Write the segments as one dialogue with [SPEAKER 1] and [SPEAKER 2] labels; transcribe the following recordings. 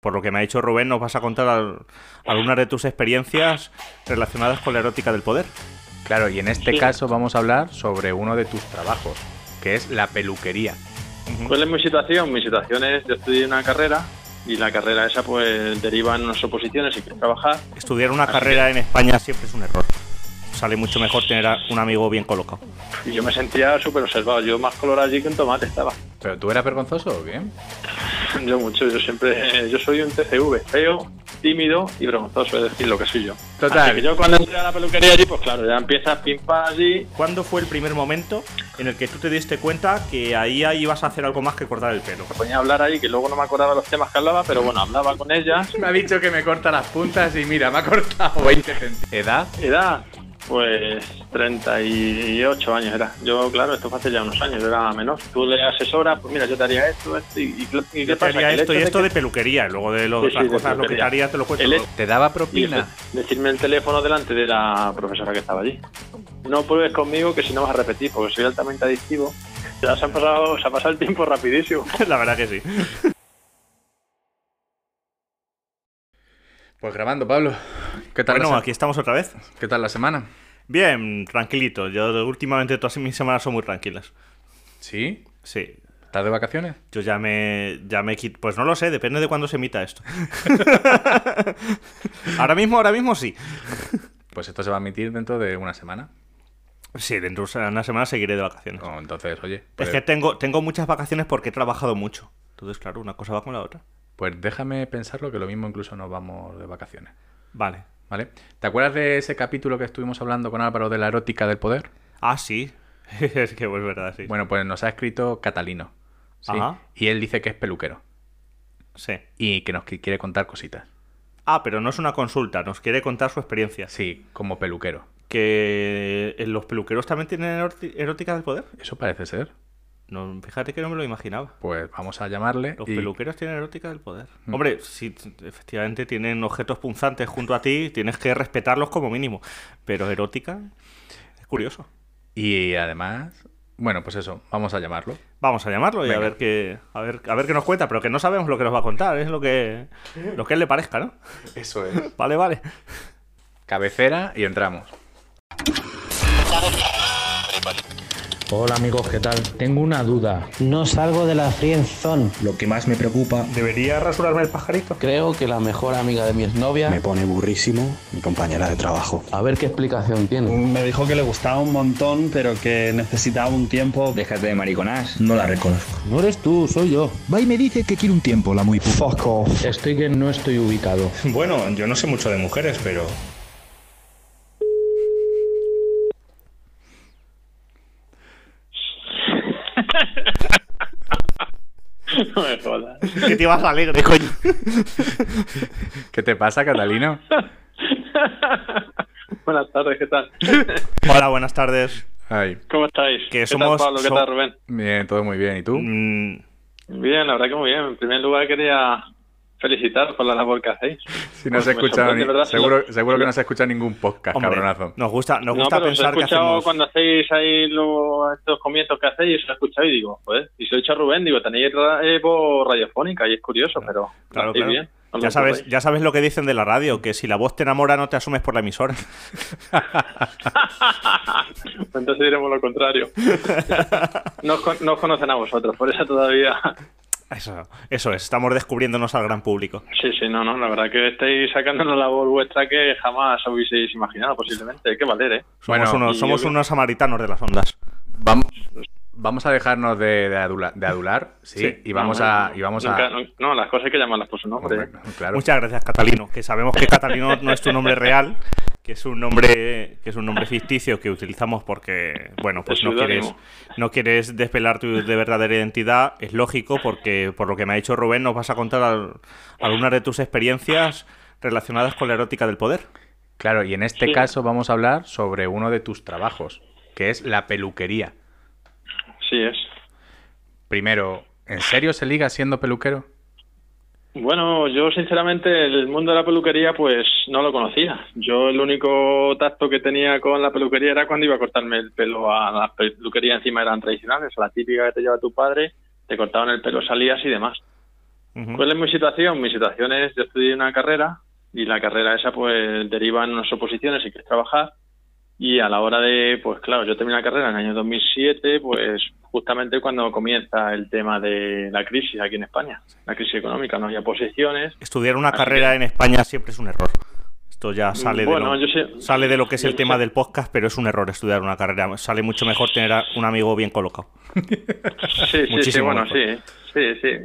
[SPEAKER 1] por lo que me ha dicho Rubén, nos vas a contar al- algunas de tus experiencias relacionadas con la erótica del poder.
[SPEAKER 2] Claro, y en este
[SPEAKER 3] Sí.
[SPEAKER 2] caso vamos a hablar sobre uno de tus trabajos, que es la peluquería.
[SPEAKER 1] Ujú.
[SPEAKER 3] ¿Cuál es mi situación? Mi situación es, yo estudié una carrera y la carrera esa pues deriva en unas oposiciones y quieres trabajar.
[SPEAKER 1] Estudiar una carrera en España siempre es un error. Sale mucho mejor tener a un amigo bien colocado.
[SPEAKER 3] Y yo me sentía súper observado, yo más colorado allí que un tomate estaba.
[SPEAKER 2] ¿Pero tú eras vergonzoso o qué?
[SPEAKER 3] Yo mucho, yo siempre, yo soy un TCV, feo, tímido y vergonzoso, es decir, lo que soy yo.
[SPEAKER 2] Total.
[SPEAKER 3] Así que yo cuando entré a la peluquería allí, pues claro, ya empiezas pim pam allí.
[SPEAKER 1] ¿Cuándo fue el primer momento en el que tú te diste cuenta que ahí ahí ibas a hacer algo más que cortar el pelo?
[SPEAKER 3] Me ponía a hablar ahí, que luego no me acordaba los temas que hablaba, pero bueno, hablaba con ellas.
[SPEAKER 2] Me ha dicho que me corta las puntas y mira, me ha cortado 20 centímetros. ¿Edad?
[SPEAKER 3] Edad, pues 38 años era. Yo, claro, esto fue hace ya unos años, yo era menor. Tú le asesoras, pues mira, yo te haría esto, esto, y, y, y qué
[SPEAKER 1] Yo te
[SPEAKER 3] pasa.
[SPEAKER 1] haría
[SPEAKER 3] Que el
[SPEAKER 1] esto y
[SPEAKER 3] hecho de
[SPEAKER 1] esto
[SPEAKER 3] que-
[SPEAKER 1] de peluquería, y luego de lo-
[SPEAKER 3] Sí, sí,
[SPEAKER 1] las
[SPEAKER 3] de
[SPEAKER 1] cosas, lo que te
[SPEAKER 3] peluquería.
[SPEAKER 1] harías te lo cuento.
[SPEAKER 3] El
[SPEAKER 1] todo.
[SPEAKER 2] ¿Te daba
[SPEAKER 3] y
[SPEAKER 2] propina?
[SPEAKER 3] de- decirme el teléfono delante de la profesora que estaba allí. No pruebes conmigo que si no vas a repetir, porque soy altamente adictivo. Ya se, han pasado, se ha pasado el tiempo rapidísimo.
[SPEAKER 1] La verdad que sí.
[SPEAKER 2] Pues grabando, Pablo. ¿Qué tal,
[SPEAKER 1] Bueno,
[SPEAKER 2] la, se-
[SPEAKER 1] aquí estamos otra vez.
[SPEAKER 2] ¿Qué tal la semana?
[SPEAKER 1] Bien, tranquilito. Yo últimamente todas mis semanas son muy tranquilas.
[SPEAKER 2] ¿Sí?
[SPEAKER 1] Sí.
[SPEAKER 2] ¿Estás de vacaciones?
[SPEAKER 1] Yo ya me, ya me quit- Pues no lo sé, depende de cuándo se emita esto. ahora mismo, ahora mismo sí.
[SPEAKER 2] Pues esto se va a emitir dentro de una semana.
[SPEAKER 1] Sí, dentro de una semana seguiré de vacaciones.
[SPEAKER 2] Oh, entonces, oye,
[SPEAKER 1] Es
[SPEAKER 2] pues,
[SPEAKER 1] que tengo, tengo muchas vacaciones porque he trabajado mucho. Entonces, claro, una cosa va con la otra.
[SPEAKER 2] pues déjame pensarlo, que lo mismo incluso nos vamos de vacaciones.
[SPEAKER 1] Vale.
[SPEAKER 2] ¿Vale? ¿Te acuerdas de ese capítulo que estuvimos hablando con Álvaro de la erótica del poder?
[SPEAKER 1] Ah, sí. es que pues, es verdad, sí.
[SPEAKER 2] Bueno, pues nos ha escrito Catalino. ¿sí?
[SPEAKER 1] Ajá.
[SPEAKER 2] Y él dice que es peluquero
[SPEAKER 1] Sí.
[SPEAKER 2] y que nos qui- quiere contar cositas.
[SPEAKER 1] Ah, pero no es una consulta, nos quiere contar su experiencia.
[SPEAKER 2] Sí, como peluquero.
[SPEAKER 1] Que eh, los peluqueros también tienen eróti- erótica del poder.
[SPEAKER 2] Eso parece ser.
[SPEAKER 1] No, fíjate que no me lo imaginaba.
[SPEAKER 2] Pues vamos a llamarle.
[SPEAKER 1] Los
[SPEAKER 2] y-
[SPEAKER 1] peluqueros tienen erótica del poder. Hombre, si t- efectivamente tienen objetos punzantes junto a ti, tienes que respetarlos como mínimo. Pero erótica es curioso.
[SPEAKER 2] y además. Bueno, pues eso, vamos a llamarlo.
[SPEAKER 1] Vamos a llamarlo y a
[SPEAKER 2] Venga.
[SPEAKER 1] ver qué a ver, a ver qué nos cuenta, pero que no sabemos lo que nos va a contar, es lo que lo que a él le parezca, ¿no?
[SPEAKER 2] Eso es.
[SPEAKER 1] Vale, vale.
[SPEAKER 2] Cabecera y entramos.
[SPEAKER 4] Hola amigos, ¿qué tal? Tengo una duda.
[SPEAKER 5] No salgo de la friendzone.
[SPEAKER 4] Lo que más me preocupa
[SPEAKER 1] ¿Debería rasurarme el pajarito?
[SPEAKER 5] Creo que la mejor amiga de mi exnovia.
[SPEAKER 6] Me pone burrísimo mi compañera de trabajo.
[SPEAKER 5] A ver qué explicación tiene.
[SPEAKER 7] Me dijo que le gustaba un montón, pero que necesitaba un tiempo. Déjate de mariconás. No la reconozco.
[SPEAKER 5] No eres tú, soy yo.
[SPEAKER 8] Va y me dice que quiere un tiempo, la muy puta.
[SPEAKER 7] Fuck off.
[SPEAKER 5] Estoy que no estoy ubicado.
[SPEAKER 1] Bueno, yo no sé mucho de mujeres, pero
[SPEAKER 3] no me jodas.
[SPEAKER 1] que te ibas alegre, coño.
[SPEAKER 2] ¿Qué te pasa, Catalino?
[SPEAKER 3] Buenas tardes, ¿qué tal?
[SPEAKER 1] Hola, buenas tardes.
[SPEAKER 2] Ay,
[SPEAKER 3] ¿Cómo estáis?
[SPEAKER 1] Que
[SPEAKER 3] ¿Qué
[SPEAKER 1] somos-
[SPEAKER 3] tal, Pablo? ¿Qué
[SPEAKER 1] so-
[SPEAKER 3] tal, Rubén?
[SPEAKER 2] bien, todo muy bien. ¿Y tú?
[SPEAKER 1] Mm,
[SPEAKER 3] Bien, la verdad que muy bien. En primer lugar quería felicitaros por la labor que hacéis.
[SPEAKER 2] Si no se ha
[SPEAKER 3] Me
[SPEAKER 2] escuchado
[SPEAKER 3] sorprende,
[SPEAKER 2] ni-
[SPEAKER 3] ¿verdad?
[SPEAKER 2] seguro, seguro que no se ha escuchado ningún podcast,
[SPEAKER 1] hombre,
[SPEAKER 2] Ah, cabronazo.
[SPEAKER 1] nos gusta nos
[SPEAKER 3] no,
[SPEAKER 1] gusta
[SPEAKER 3] pero os he
[SPEAKER 1] pensar que
[SPEAKER 3] escuchado
[SPEAKER 1] hacemos
[SPEAKER 3] cuando hacéis ahí lo- estos comienzos que hacéis, os he escuchado y digo, joder, y se lo he hecho a Rubén, digo, tenéis ra- eh, voz radiofónica y es curioso, pero
[SPEAKER 1] Claro,
[SPEAKER 3] lo hacéis
[SPEAKER 1] claro.
[SPEAKER 3] bien, os
[SPEAKER 1] Ya
[SPEAKER 3] lo
[SPEAKER 1] sabes,
[SPEAKER 3] curráis.
[SPEAKER 1] ya sabes lo que dicen de la radio, que si la voz te enamora no te asumes por la emisora.
[SPEAKER 3] Entonces diremos lo contrario. no, os con- no os conocen a vosotros, por eso todavía...
[SPEAKER 1] Eso, eso es, estamos descubriéndonos al gran público.
[SPEAKER 3] Sí, sí, no, no, la verdad que estáis sacando una labor vuestra que jamás hubieseis imaginado posiblemente, hay que valer, ¿eh?
[SPEAKER 1] Somos,
[SPEAKER 2] Bueno,
[SPEAKER 1] unos,
[SPEAKER 3] y
[SPEAKER 1] somos
[SPEAKER 3] yo creo-
[SPEAKER 1] unos samaritanos de las ondas.
[SPEAKER 2] Vamos, vamos a dejarnos de, de, adula- de adular, ¿sí?
[SPEAKER 1] Sí.
[SPEAKER 2] y vamos
[SPEAKER 3] No,
[SPEAKER 2] a.
[SPEAKER 3] no,
[SPEAKER 2] Y vamos
[SPEAKER 3] nunca-
[SPEAKER 2] a...
[SPEAKER 3] no, no, las cosas hay que llamarlas por su nombre.
[SPEAKER 2] Hombre,
[SPEAKER 3] ¿eh?
[SPEAKER 2] claro.
[SPEAKER 1] Muchas gracias, Catalino, que sabemos que Catalino no es tu nombre real, que es un nombre que es un nombre ficticio que utilizamos porque bueno, pues
[SPEAKER 3] Es
[SPEAKER 1] no quieres
[SPEAKER 3] seudónimo.
[SPEAKER 1] no quieres desvelar tu de verdadera identidad, es lógico porque por lo que me ha dicho Rubén nos vas a contar al- algunas de tus experiencias relacionadas con la erótica del poder.
[SPEAKER 2] Claro, y en este
[SPEAKER 3] Sí.
[SPEAKER 2] caso vamos a hablar sobre uno de tus trabajos, que es la peluquería.
[SPEAKER 3] ¿eh? Sí, es.
[SPEAKER 2] Primero, ¿en serio se liga siendo peluquero?
[SPEAKER 3] Bueno, yo sinceramente el mundo de la peluquería pues no lo conocía. Yo el único tacto que tenía con la peluquería era cuando iba a cortarme el pelo a la peluquería encima eran tradicionales, a la típica que te lleva tu padre, te cortaban el pelo, salías y demás.
[SPEAKER 1] Ujú.
[SPEAKER 3] ¿Cuál es mi situación? Mi situación es, yo estudié una carrera y la carrera esa pues deriva en unas oposiciones y que es trabajar y a la hora de, pues claro, yo terminé la carrera en el año 2007, pues justamente cuando comienza el tema de la crisis aquí en España, la crisis económica, no había posiciones.
[SPEAKER 1] Estudiar una
[SPEAKER 3] Así
[SPEAKER 1] carrera
[SPEAKER 3] que- Mm,
[SPEAKER 1] en España siempre es un error. Esto ya sale,
[SPEAKER 3] Bueno,
[SPEAKER 1] de,
[SPEAKER 3] yo
[SPEAKER 1] lo,
[SPEAKER 3] sé-
[SPEAKER 1] sale de lo que es
[SPEAKER 3] yo
[SPEAKER 1] el
[SPEAKER 3] sé-
[SPEAKER 1] tema del podcast, pero es un error estudiar una carrera. Sale mucho mejor tener a un amigo bien colocado.
[SPEAKER 3] Sí, sí, sí,
[SPEAKER 1] Muchísimo
[SPEAKER 3] bueno,
[SPEAKER 1] mejor.
[SPEAKER 3] sí, sí, sí.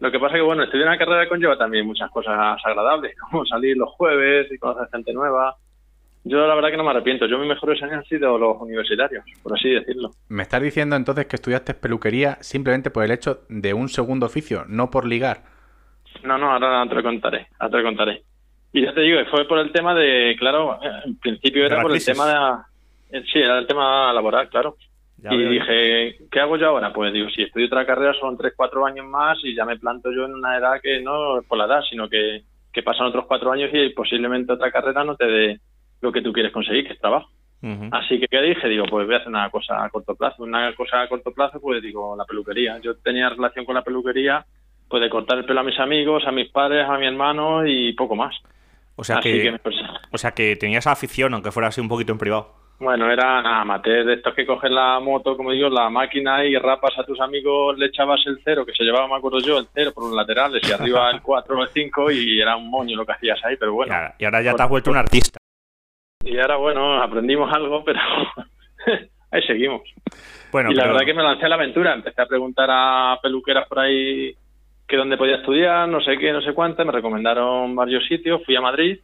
[SPEAKER 3] Lo que pasa que, bueno, estudiar una carrera conlleva también muchas cosas agradables, como salir los jueves y conocer gente nueva. Yo la verdad que no me arrepiento, yo mis mejores años han sido los universitarios, por así decirlo.
[SPEAKER 2] Me estás diciendo entonces que estudiaste peluquería simplemente por el hecho de un segundo oficio, no por ligar.
[SPEAKER 3] No, no, ahora te lo contaré, ahora te lo contaré. Y ya te digo, fue por el tema de, claro, eh, en principio
[SPEAKER 1] De
[SPEAKER 3] era
[SPEAKER 1] la
[SPEAKER 3] por el
[SPEAKER 1] crisis.
[SPEAKER 3] tema de... eh, Sí, era el tema laboral, claro.
[SPEAKER 1] Ya
[SPEAKER 3] y
[SPEAKER 1] veo.
[SPEAKER 3] dije, ¿qué hago yo ahora? Pues digo, si estudio otra carrera son 3, 4 años más y ya me planto yo en una edad que no es por la edad, sino que, que pasan otros 4 años y posiblemente otra carrera no te dé lo que tú quieres conseguir, que es trabajo.
[SPEAKER 1] Ujú.
[SPEAKER 3] Así que, ¿qué dije? Digo, pues voy a hacer una cosa a corto plazo. Una cosa a corto plazo, pues digo, la peluquería. Yo tenía relación con la peluquería, pues de cortar el pelo a mis amigos, a mis padres, a mi hermano y poco más.
[SPEAKER 1] O sea
[SPEAKER 3] Así que,
[SPEAKER 1] que,
[SPEAKER 3] pues,
[SPEAKER 1] o sea que tenías afición, aunque fuera así un poquito en privado.
[SPEAKER 3] bueno, era amateur de estos que coges la moto, como digo, la máquina y rapas a tus amigos, le echabas el cero, que se llevaba, me acuerdo yo, el cero por los laterales y arriba el 4 o el 5 y era un moño lo que hacías ahí, pero bueno.
[SPEAKER 1] y, ahora, y ahora ya
[SPEAKER 3] por-
[SPEAKER 1] te has vuelto un artista.
[SPEAKER 3] Y ahora, bueno, aprendimos algo, pero ahí seguimos.
[SPEAKER 1] Bueno,
[SPEAKER 3] y la
[SPEAKER 1] pero-
[SPEAKER 3] verdad que me lancé a la aventura. Empecé a preguntar a peluqueras por ahí que dónde podía estudiar, no sé qué, no sé cuánto. Me recomendaron varios sitios. Fui a Madrid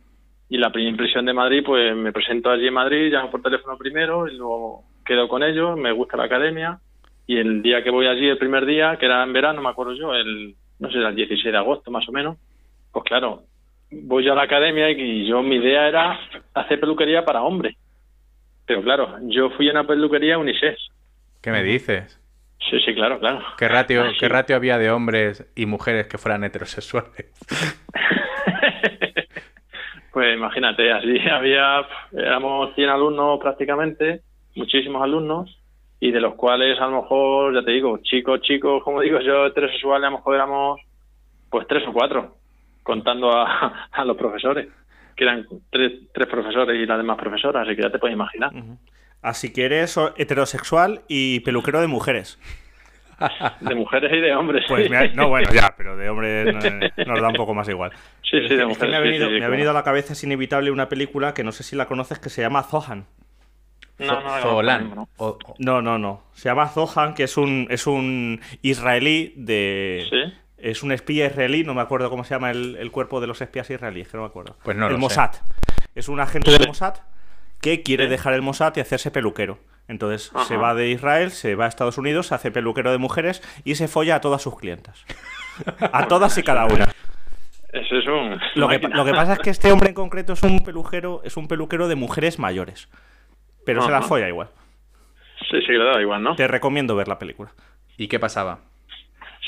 [SPEAKER 3] y la primera impresión de Madrid, pues me presento allí en Madrid, llamo por teléfono primero y luego quedo con ellos. Me gusta la academia. Y el día que voy allí, el primer día, que era en verano, me acuerdo yo, el, no sé, era el 16 de agosto más o menos, pues claro, voy yo a la academia y yo mi idea era hacer peluquería para hombres. Pero claro, yo fui a una peluquería unisex.
[SPEAKER 2] ¿Qué me dices?
[SPEAKER 3] Sí, sí, claro, claro.
[SPEAKER 2] ¿Qué ratio,
[SPEAKER 3] Ah, sí.
[SPEAKER 2] ¿Qué ratio había de hombres y mujeres que fueran heterosexuales?
[SPEAKER 3] Pues imagínate, así había, éramos 100 alumnos prácticamente, muchísimos alumnos, y de los cuales a lo mejor, ya te digo, chicos, chicos, como digo yo, heterosexuales, a lo mejor éramos pues tres o cuatro, contando a, a los profesores, que eran tres, tres profesores y las demás profesoras, así que ya te puedes imaginar.
[SPEAKER 1] Ujú. Así que eres o- heterosexual y peluquero de mujeres.
[SPEAKER 3] De mujeres y de hombres.
[SPEAKER 1] Pues mira, no, bueno, ya, pero de hombres no- eh, nos da un poco más igual.
[SPEAKER 3] Sí,
[SPEAKER 1] Pero
[SPEAKER 3] sí,
[SPEAKER 1] es
[SPEAKER 3] de
[SPEAKER 1] que- es que
[SPEAKER 3] mujeres.
[SPEAKER 1] me ha
[SPEAKER 3] sí,
[SPEAKER 1] venido,
[SPEAKER 3] sí, sí,
[SPEAKER 1] me ha
[SPEAKER 3] claro.
[SPEAKER 1] venido a la cabeza, es inevitable, una película que no sé si la conoces que se llama Zohan.
[SPEAKER 3] No, no, no,
[SPEAKER 2] Zoolán.
[SPEAKER 3] no.
[SPEAKER 2] O- o-
[SPEAKER 1] No, no, no. Se llama Zohan, que es un, es un israelí de.
[SPEAKER 3] Sí.
[SPEAKER 1] Es un espía israelí, no me acuerdo cómo se llama el, el cuerpo de los espías israelíes, que no me acuerdo.
[SPEAKER 2] Pues no
[SPEAKER 1] el
[SPEAKER 2] lo sé.
[SPEAKER 1] Mossad. Es un agente del
[SPEAKER 3] Sí.
[SPEAKER 1] Mossad que quiere
[SPEAKER 3] Sí.
[SPEAKER 1] dejar el Mossad y hacerse peluquero. Entonces
[SPEAKER 3] Ajá.
[SPEAKER 1] se va de Israel, se va a Estados Unidos, se hace peluquero de mujeres y se folla a todas sus clientas. A todas y cada una.
[SPEAKER 3] Eso es un...
[SPEAKER 1] Lo que,
[SPEAKER 3] máquina.
[SPEAKER 1] lo que pasa es que este hombre en concreto es un peluquero, es un peluquero de mujeres mayores. Pero se las
[SPEAKER 3] Ajá.
[SPEAKER 1] folla igual.
[SPEAKER 3] Sí, sí, claro, igual, ¿no?
[SPEAKER 1] Te recomiendo ver la película.
[SPEAKER 2] ¿Y qué pasaba?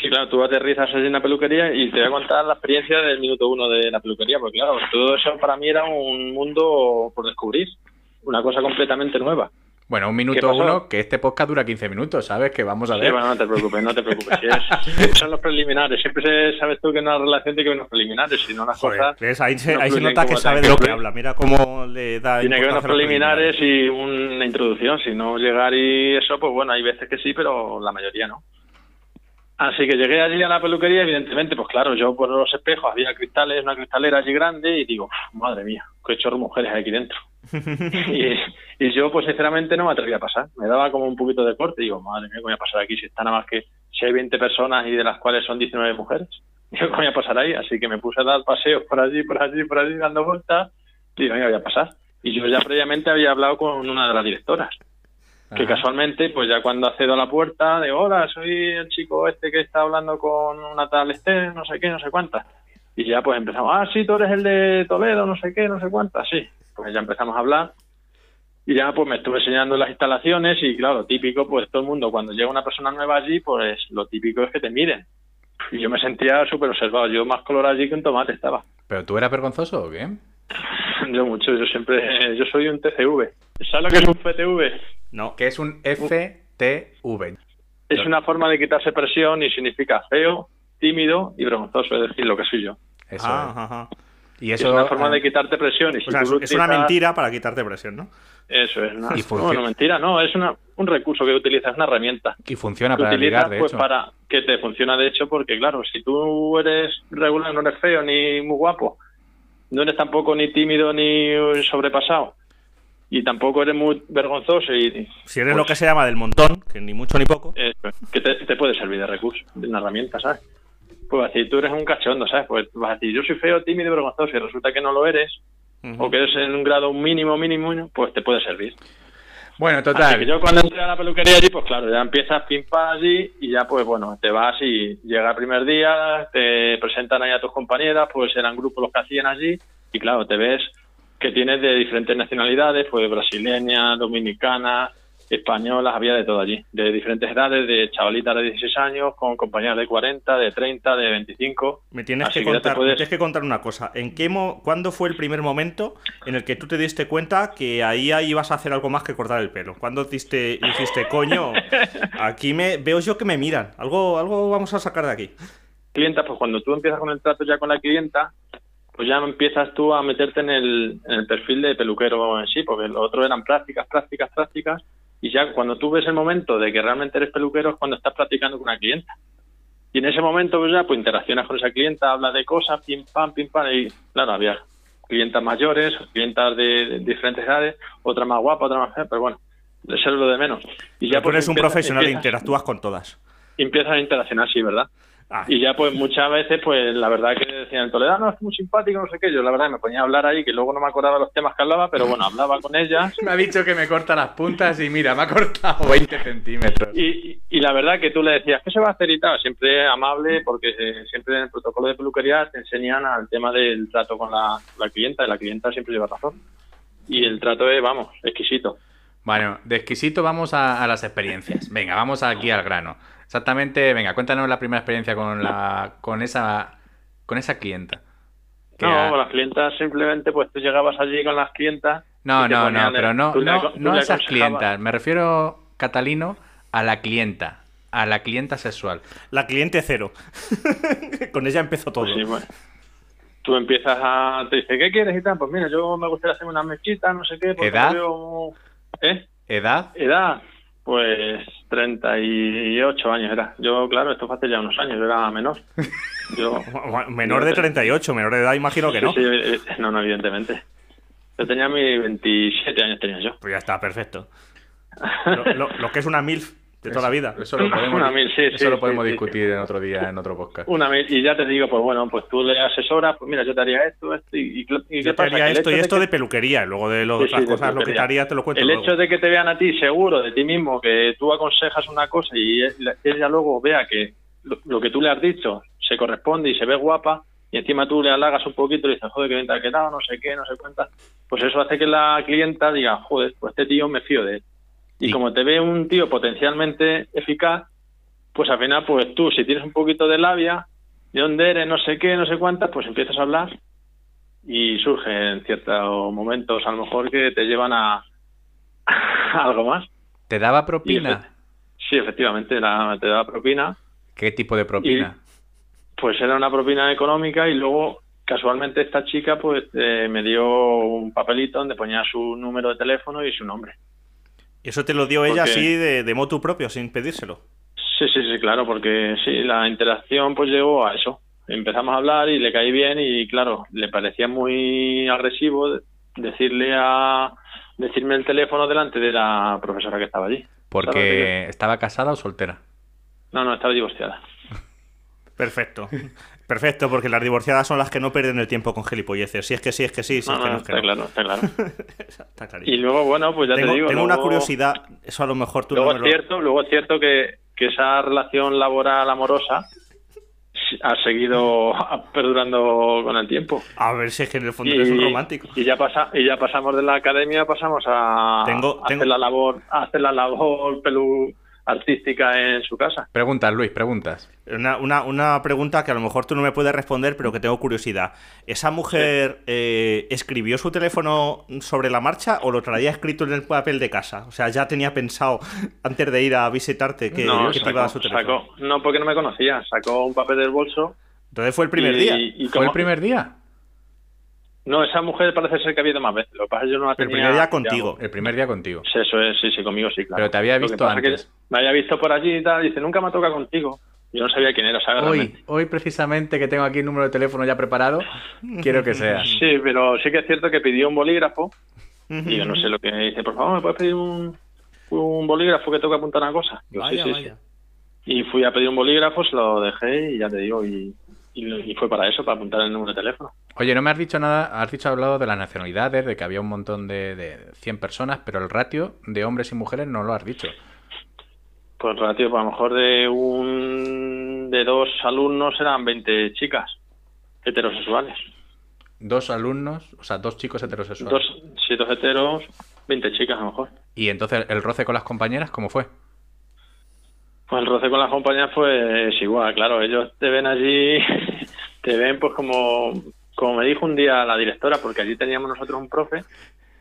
[SPEAKER 3] Sí, claro, tú aterrizas allí en la peluquería y te voy a contar la experiencia del minuto uno de la peluquería, porque claro, todo eso para mí era un mundo por descubrir, una cosa completamente nueva.
[SPEAKER 2] Bueno, un minuto
[SPEAKER 3] pasó?
[SPEAKER 2] uno, que este podcast dura 15 minutos, ¿sabes? Que vamos a
[SPEAKER 3] Sí,
[SPEAKER 2] ver.
[SPEAKER 3] bueno, no te preocupes, no te preocupes. sí, es- son los preliminares, siempre se- sabes tú que no hay relación de que unos preliminares, sino las
[SPEAKER 1] Joder,
[SPEAKER 3] cosas.
[SPEAKER 1] ¿ves? Ahí se,
[SPEAKER 3] no
[SPEAKER 1] ahí se
[SPEAKER 3] fluyen
[SPEAKER 1] nota que
[SPEAKER 3] como
[SPEAKER 1] sabe
[SPEAKER 3] tal.
[SPEAKER 1] de lo que
[SPEAKER 3] Creo que
[SPEAKER 1] habla. Mira cómo le da.
[SPEAKER 3] Tiene que
[SPEAKER 1] importancia
[SPEAKER 3] haber unos
[SPEAKER 1] a los
[SPEAKER 3] preliminares y una introducción. Si no llegar y eso, pues bueno, hay veces que sí, pero la mayoría no. Así que llegué allí a la peluquería, evidentemente, pues claro, yo por los espejos había cristales, una cristalera allí grande, y digo, "Uf, madre mía, qué chorro mujeres hay aquí dentro. y, y yo, pues sinceramente, no me atreví a pasar. Me daba como un poquito de corte, digo, madre mía, ¿qué voy a pasar aquí si está nada más que si hay 20 personas y de las cuales son 19 mujeres? Digo, ¿qué voy a pasar ahí? Así que me puse a dar paseos por allí, por allí, por allí, dando vueltas, y digo, venga, voy a pasar. Y yo ya previamente había hablado con una de las directoras, que
[SPEAKER 2] Ajá.
[SPEAKER 3] casualmente, pues ya cuando accedo a la puerta, de hola, soy el chico este que está hablando con una tal Esther, no sé qué, no sé cuántas. Y ya pues empezamos, ah, sí, tú eres el de Toledo, no sé qué, no sé cuántas, sí. Pues ya empezamos a hablar. Y ya pues me estuve enseñando las instalaciones y claro, típico, pues todo el mundo, cuando llega una persona nueva allí, pues lo típico es que te miren. Y yo me sentía súper observado, yo más color allí que un tomate estaba.
[SPEAKER 2] ¿Pero tú eras vergonzoso o qué?
[SPEAKER 3] Yo mucho, yo siempre, yo soy un TCV. ¿Sabes lo que es un FTV?
[SPEAKER 1] No,
[SPEAKER 2] Que
[SPEAKER 3] Uh.
[SPEAKER 2] es un FTV.
[SPEAKER 3] Es una forma de quitarse presión y significa feo, tímido y vergonzoso, es decir, lo que soy yo.
[SPEAKER 2] Eso
[SPEAKER 1] Ah,
[SPEAKER 2] es.
[SPEAKER 1] ajá, ajá.
[SPEAKER 2] Y
[SPEAKER 3] Es
[SPEAKER 2] eso
[SPEAKER 3] una forma
[SPEAKER 2] ah,
[SPEAKER 3] de quitarte presión. Y si
[SPEAKER 1] eh, O sea,
[SPEAKER 3] tú
[SPEAKER 1] es,
[SPEAKER 3] lo
[SPEAKER 1] es una
[SPEAKER 3] utilizas-
[SPEAKER 1] mentira para quitarte presión, ¿no?
[SPEAKER 3] Eso es una,
[SPEAKER 2] Y funciona.
[SPEAKER 3] bueno, mentira, no, es una, un recurso que utilizas, una herramienta.
[SPEAKER 2] y funciona
[SPEAKER 3] que
[SPEAKER 2] para
[SPEAKER 3] utilizas
[SPEAKER 2] ligar, de
[SPEAKER 3] pues
[SPEAKER 2] hecho.
[SPEAKER 3] para que te funciona de hecho, porque claro, si tú eres regular, no eres feo ni muy guapo, no eres tampoco ni tímido ni sobrepasado, y tampoco eres muy vergonzoso y
[SPEAKER 1] Si eres
[SPEAKER 3] Pues-
[SPEAKER 1] lo que se llama del montón, que ni mucho ni poco.
[SPEAKER 3] eh, que te, te puede servir de recurso, de una herramienta, ¿sabes? Pues si tú eres un cachondo, ¿sabes? Pues vas a decir, yo soy feo, tímido y vergonzoso, y resulta que no lo eres,
[SPEAKER 1] Ujú.
[SPEAKER 3] o que eres en un grado mínimo, mínimo, pues te puede servir.
[SPEAKER 2] Bueno,
[SPEAKER 3] Así que
[SPEAKER 2] total.
[SPEAKER 3] yo cuando entré a la peluquería allí, pues claro, ya empiezas pim pam allí y ya pues bueno, te vas y llega el primer día, te presentan ahí a tus compañeras, pues eran grupos los que hacían allí y claro, te ves que tienes de diferentes nacionalidades, pues brasileñas, dominicanas, españolas, había de todo allí, de diferentes edades, de chavalitas de 16 años, con compañeras de 40, de 30, de 25.
[SPEAKER 1] Me tienes
[SPEAKER 3] Así
[SPEAKER 1] que,
[SPEAKER 3] que ya te
[SPEAKER 1] contar, me
[SPEAKER 3] puedes-
[SPEAKER 1] tienes que contar una cosa. ¿En qué mo- ¿Cuándo fue el primer momento en el que tú te diste cuenta que ahí, ahí ibas a hacer algo más que cortar el pelo? ¿Cuándo diste, dijiste, coño, aquí me veo yo que me miran? Algo, algo vamos a sacar de aquí.
[SPEAKER 3] clienta, pues cuando tú empiezas con el trato ya con la clienta, pues ya empiezas tú a meterte en el, en el perfil de peluquero en sí, porque lo otro eran prácticas, prácticas, prácticas, y ya cuando tú ves el momento de que realmente eres peluquero es cuando estás practicando con una clienta. Y en ese momento pues ya pues interaccionas con esa clienta, hablas de cosas, pim pam, pim pam, y claro, había clientas mayores, clientas de, de diferentes edades, otra más guapa, otra más fea, pero bueno, eso es lo de menos. Y
[SPEAKER 1] Ya tú
[SPEAKER 3] pues,
[SPEAKER 1] eres un
[SPEAKER 3] empiezas-
[SPEAKER 1] profesional e
[SPEAKER 3] empiezas-
[SPEAKER 1] interactúas con todas.
[SPEAKER 3] Empiezas a interaccionar, sí, ¿verdad?
[SPEAKER 1] Ah,
[SPEAKER 3] Y ya, pues muchas veces, pues la verdad que decían en Toledo, "Ah, no, es muy simpático, no sé qué. Yo la verdad me ponía a hablar ahí, que luego no me acordaba los temas que hablaba, pero bueno, hablaba con ellas.
[SPEAKER 2] Me ha dicho que me corta las puntas y mira, me ha cortado 20 centímetros.
[SPEAKER 3] Y, y- y la verdad que tú le decías, ¿qué se va a hacer y tal? Siempre amable, porque eh, siempre en el protocolo de peluquería te enseñan al tema del trato con la, la clienta, y la clienta siempre lleva razón. Y el trato es, vamos, exquisito.
[SPEAKER 2] Bueno, de exquisito vamos a, a las experiencias. Venga, vamos aquí al grano. Exactamente, venga, cuéntanos la primera experiencia con la con esa con esa clienta. Que
[SPEAKER 3] No,
[SPEAKER 2] ha-
[SPEAKER 3] con las clientas simplemente, pues tú llegabas allí con las clientas.
[SPEAKER 2] no,
[SPEAKER 3] y te
[SPEAKER 2] no, no,
[SPEAKER 3] ponían-
[SPEAKER 2] pero no,
[SPEAKER 3] tú le
[SPEAKER 2] no,
[SPEAKER 3] aco- tú
[SPEAKER 2] no a
[SPEAKER 3] le
[SPEAKER 2] esas
[SPEAKER 3] aconsejabas.
[SPEAKER 2] clientas. Me refiero, Catalino, a la clienta. A la clienta sexual.
[SPEAKER 1] La cliente cero. con ella empezó todo.
[SPEAKER 3] Pues sí, bueno. Tú empiezas a. Te dice, ¿qué quieres y tal? Pues mira, yo me gustaría hacerme una mezquita, no sé qué. porque
[SPEAKER 2] ¿Edad?
[SPEAKER 3] me veo- ¿Eh?
[SPEAKER 2] ¿Edad?
[SPEAKER 3] ¿Edad? Pues 38 años era. Yo, claro, esto fue hace ya unos años, yo era menor. Yo.
[SPEAKER 1] Menor de 38, menor de edad, imagino que no.
[SPEAKER 3] Sí, sí, eh, no, no, evidentemente. Yo tenía mis 27 años, tenía yo.
[SPEAKER 1] Pues ya está, perfecto. Lo, lo- lo que es una MILF de toda la vida.
[SPEAKER 2] Eso lo podemos,
[SPEAKER 3] Una mil, sí,
[SPEAKER 2] eso
[SPEAKER 3] sí,
[SPEAKER 2] lo podemos
[SPEAKER 3] sí, sí.
[SPEAKER 2] discutir en otro día, en otro podcast.
[SPEAKER 3] Una mil- y ya te digo, pues bueno, pues tú le asesoras, pues mira, yo te haría esto, esto, y, y, y
[SPEAKER 1] Yo
[SPEAKER 3] ¿qué
[SPEAKER 1] te
[SPEAKER 3] pasa? Que
[SPEAKER 1] haría
[SPEAKER 3] el
[SPEAKER 1] esto y
[SPEAKER 3] hecho de
[SPEAKER 1] esto
[SPEAKER 3] que-
[SPEAKER 1] de peluquería, y luego de las
[SPEAKER 3] Sí, sí,
[SPEAKER 1] otras
[SPEAKER 3] de
[SPEAKER 1] cosas, lo que te
[SPEAKER 3] peluquería.
[SPEAKER 1] haría te lo cuento
[SPEAKER 3] El
[SPEAKER 1] luego.
[SPEAKER 3] hecho de que te vean a ti seguro de ti mismo, que tú aconsejas una cosa y él- ella luego vea que lo, lo que tú le has dicho se corresponde y se ve guapa, y encima tú le halagas un poquito y le dices, joder, que bien te ha quedado, no sé qué, no sé cuántas, pues eso hace que la clienta diga, joder, pues este tío me fío de él. Y
[SPEAKER 2] Y-
[SPEAKER 3] como te ve un tío potencialmente eficaz, pues al final, pues tú, si tienes un poquito de labia, de dónde eres, no sé qué, no sé cuántas, pues empiezas a hablar y surgen ciertos momentos, a lo mejor, que te llevan a, a algo más.
[SPEAKER 2] ¿Te daba propina?
[SPEAKER 3] Sí, efectivamente, la, te da propina.
[SPEAKER 2] ¿Qué tipo de propina?
[SPEAKER 3] Pues era una propina económica y luego, casualmente, esta chica pues eh, me dio un papelito donde ponía su número de teléfono y su nombre.
[SPEAKER 1] Eso te lo dio ella
[SPEAKER 3] Porque-
[SPEAKER 1] así de, de motu propio, sin pedírselo.
[SPEAKER 3] Sí, sí, sí, claro, porque sí, la interacción pues llegó a eso. Empezamos a hablar y le caí bien y claro, le parecía muy agresivo decirle a decirme el teléfono delante de la profesora que estaba allí. ¿Sabes lo que
[SPEAKER 2] ¿Porque estaba casada o soltera?
[SPEAKER 3] No, no, estaba divorciada.
[SPEAKER 1] Perfecto. Perfecto, porque las divorciadas son las que no pierden el tiempo con gilipolleces. Si es que sí, es que sí, si
[SPEAKER 3] No,
[SPEAKER 1] es
[SPEAKER 3] no,
[SPEAKER 1] que no, es que
[SPEAKER 3] está
[SPEAKER 1] no.
[SPEAKER 3] claro, está claro.
[SPEAKER 1] Está
[SPEAKER 3] Y
[SPEAKER 1] clarísimo.
[SPEAKER 3] luego, bueno, pues ya
[SPEAKER 1] Tengo,
[SPEAKER 3] te digo.
[SPEAKER 1] tengo una
[SPEAKER 3] luego-
[SPEAKER 1] curiosidad, eso a lo mejor tú
[SPEAKER 3] Luego
[SPEAKER 1] no
[SPEAKER 3] es
[SPEAKER 1] me lo...
[SPEAKER 3] cierto, luego es cierto que, que esa relación laboral amorosa ha seguido perdurando con el tiempo.
[SPEAKER 1] A ver si es que en el fondo eres un romántico.
[SPEAKER 3] y ya pasa, y ya pasamos de la academia, pasamos a,
[SPEAKER 1] Tengo-
[SPEAKER 3] a
[SPEAKER 1] tengo-
[SPEAKER 3] hacer la labor, a hacer la labor pelu, artística en su casa.
[SPEAKER 2] Preguntas, Luis, preguntas.
[SPEAKER 1] Una, una- una pregunta que a lo mejor tú no me puedes responder, pero que tengo curiosidad. ¿Esa mujer eh, escribió su teléfono sobre la marcha o lo traía escrito en el papel de casa? O sea, ya tenía pensado antes de ir a visitarte que,
[SPEAKER 3] no,
[SPEAKER 1] que te iba a dar
[SPEAKER 3] sacó,
[SPEAKER 1] su teléfono.
[SPEAKER 3] sacó- no porque no me conocía, sacó un papel del bolso.
[SPEAKER 1] Entonces fue el primer
[SPEAKER 3] y-
[SPEAKER 1] día.
[SPEAKER 3] y
[SPEAKER 2] ¿Fue el
[SPEAKER 3] como-
[SPEAKER 2] primer día?
[SPEAKER 3] No, esa mujer parece ser que había ido más veces. Lo que pasa es que yo no la
[SPEAKER 1] Pero el
[SPEAKER 3] tenía
[SPEAKER 1] primer día contigo.
[SPEAKER 2] El primer día contigo.
[SPEAKER 3] Sí, Pues Eso es, sí, sí, conmigo sí, claro.
[SPEAKER 2] Pero te había
[SPEAKER 3] Lo que
[SPEAKER 2] visto
[SPEAKER 3] pasa es que
[SPEAKER 2] antes.
[SPEAKER 3] Me había visto por allí y tal, dice, nunca me ha tocado contigo. Yo no sabía quién era, ¿sabes? Realmente.
[SPEAKER 2] Hoy, hoy precisamente que tengo aquí el número de teléfono ya preparado, quiero que sea.
[SPEAKER 3] Sí, pero sí que es cierto que pidió un bolígrafo y yo no sé lo que dice, por favor, ¿me puedes pedir un, un bolígrafo que tengo que apuntar una cosa? Digo, sí,
[SPEAKER 1] Vaya,
[SPEAKER 3] sí, sí.
[SPEAKER 1] vaya.
[SPEAKER 3] Y fui a pedir un bolígrafo, se lo dejé y ya te digo, y, y- y fue para eso, para apuntar el número de teléfono.
[SPEAKER 2] Oye, no me has dicho nada, has dicho hablado de las nacionalidades, de que había un montón de, de 100 personas, pero el ratio de hombres y mujeres no lo has dicho.
[SPEAKER 3] Pues ratio, a lo mejor de un de dos alumnos eran 20 chicas heterosexuales.
[SPEAKER 2] Dos alumnos, o sea, dos chicos heterosexuales.
[SPEAKER 3] Dos, sí, dos heteros, 20 chicas a lo mejor.
[SPEAKER 2] Y entonces el roce con las compañeras, ¿cómo fue?
[SPEAKER 3] Pues el roce con las compañías pues es igual, claro, ellos te ven allí, te ven pues como, como me dijo un día la directora, porque allí teníamos nosotros un profe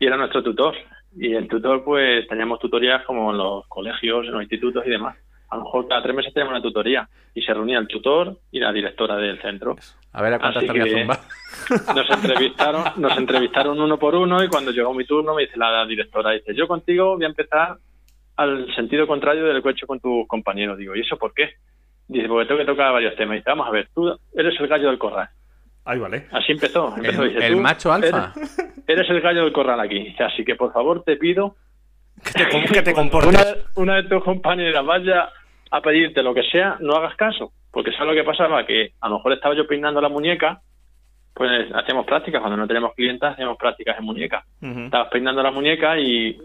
[SPEAKER 3] y era nuestro tutor. Y el tutor pues teníamos tutorías como en los colegios, en los institutos y demás. A lo mejor cada tres meses teníamos una tutoría y se reunía el tutor y la directora del centro.
[SPEAKER 2] A ver a cuántas
[SPEAKER 3] Así
[SPEAKER 2] te había
[SPEAKER 3] que-
[SPEAKER 2] zumbado.
[SPEAKER 3] Nos entrevistaron, nos entrevistaron uno por uno y cuando llegó mi turno me dice la directora, dice, yo contigo voy a empezar al sentido contrario del que he hecho con tus compañeros. Digo, ¿y eso por qué? Dice, porque tengo que tocar varios temas. Dice, vamos a ver, tú eres el gallo del corral.
[SPEAKER 1] Ay, vale.
[SPEAKER 3] Así empezó. empezó,
[SPEAKER 2] El-
[SPEAKER 3] dice,
[SPEAKER 2] el
[SPEAKER 3] "Tú
[SPEAKER 2] macho alfa.
[SPEAKER 3] Eres, eres el gallo del corral aquí. Dice, así que por favor te pido
[SPEAKER 1] Que te, com- que te
[SPEAKER 3] una,
[SPEAKER 1] comportes.
[SPEAKER 3] una de tus compañeras vaya a pedirte lo que sea, no hagas caso. Porque ¿sabes lo que pasaba? Que a lo mejor estaba yo peinando la muñeca, pues hacíamos prácticas. Cuando no tenemos clientes, hacemos prácticas en muñeca.
[SPEAKER 1] Ujú.
[SPEAKER 3] Estabas peinando la muñeca y,